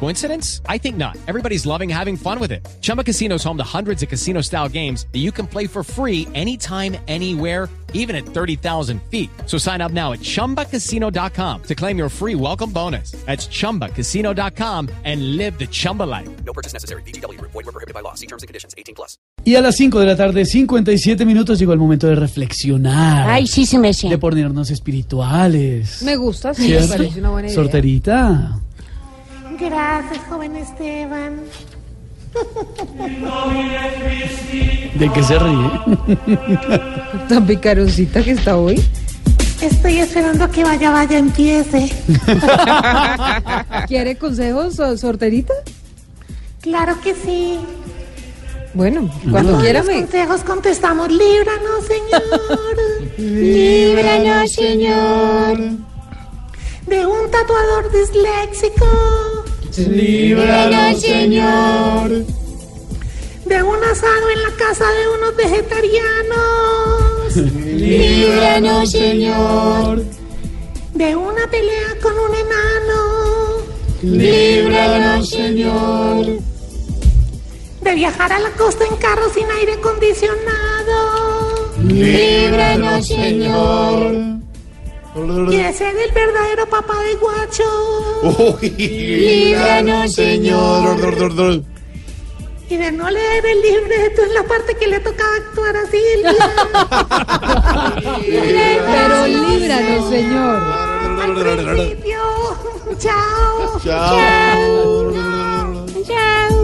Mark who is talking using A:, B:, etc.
A: Coincidence? I think not. Everybody's loving having fun with it. Chumba Casino is home to hundreds of casino style games that you can play for free anytime, anywhere even at 30,000 feet. So sign up now at ChumbaCasino.com to claim your free welcome bonus. That's ChumbaCasino.com and live the Chumba life.
B: No purchase necessary. BGW. Void were prohibited by law. See terms and conditions. 18 plus.
C: Y a las 5 de la tarde, 57 minutos, llegó el momento de reflexionar,
D: Ay, sí, se me siente.
C: de ponernos espirituales.
E: Me gusta, sí, me
C: ¿Cierto?
E: parece una buena idea.
C: Sorterita.
F: Gracias, joven Esteban.
C: ¿De qué se ríe?
E: Tan picaroncita que está hoy.
F: Estoy esperando que vaya, vaya, empiece.
E: ¿Quiere consejos, so- sorterita?
F: Claro que sí.
E: Bueno, cuando quiera
F: Los
E: me...
F: consejos contestamos. Líbranos, Señor.
C: Líbranos, Señor.
F: De un tatuador disléxico.
C: Líbranos, Señor.
F: De un asado en la casa de unos vegetarianos.
C: Líbranos, Señor.
F: De una pelea con un enano.
C: Líbranos, Señor.
F: De viajar a la costa en carro sin aire acondicionado.
C: Líbranos, Señor.
F: Y de ser el verdadero papá de guacho.
C: Líbranos, Señor.
F: Y de no leer el libreto es la parte que le tocaba actuar a Silvia.
E: Pero líbranos, Señor.
F: Al principio. Chao.
C: Chao.
F: Chao.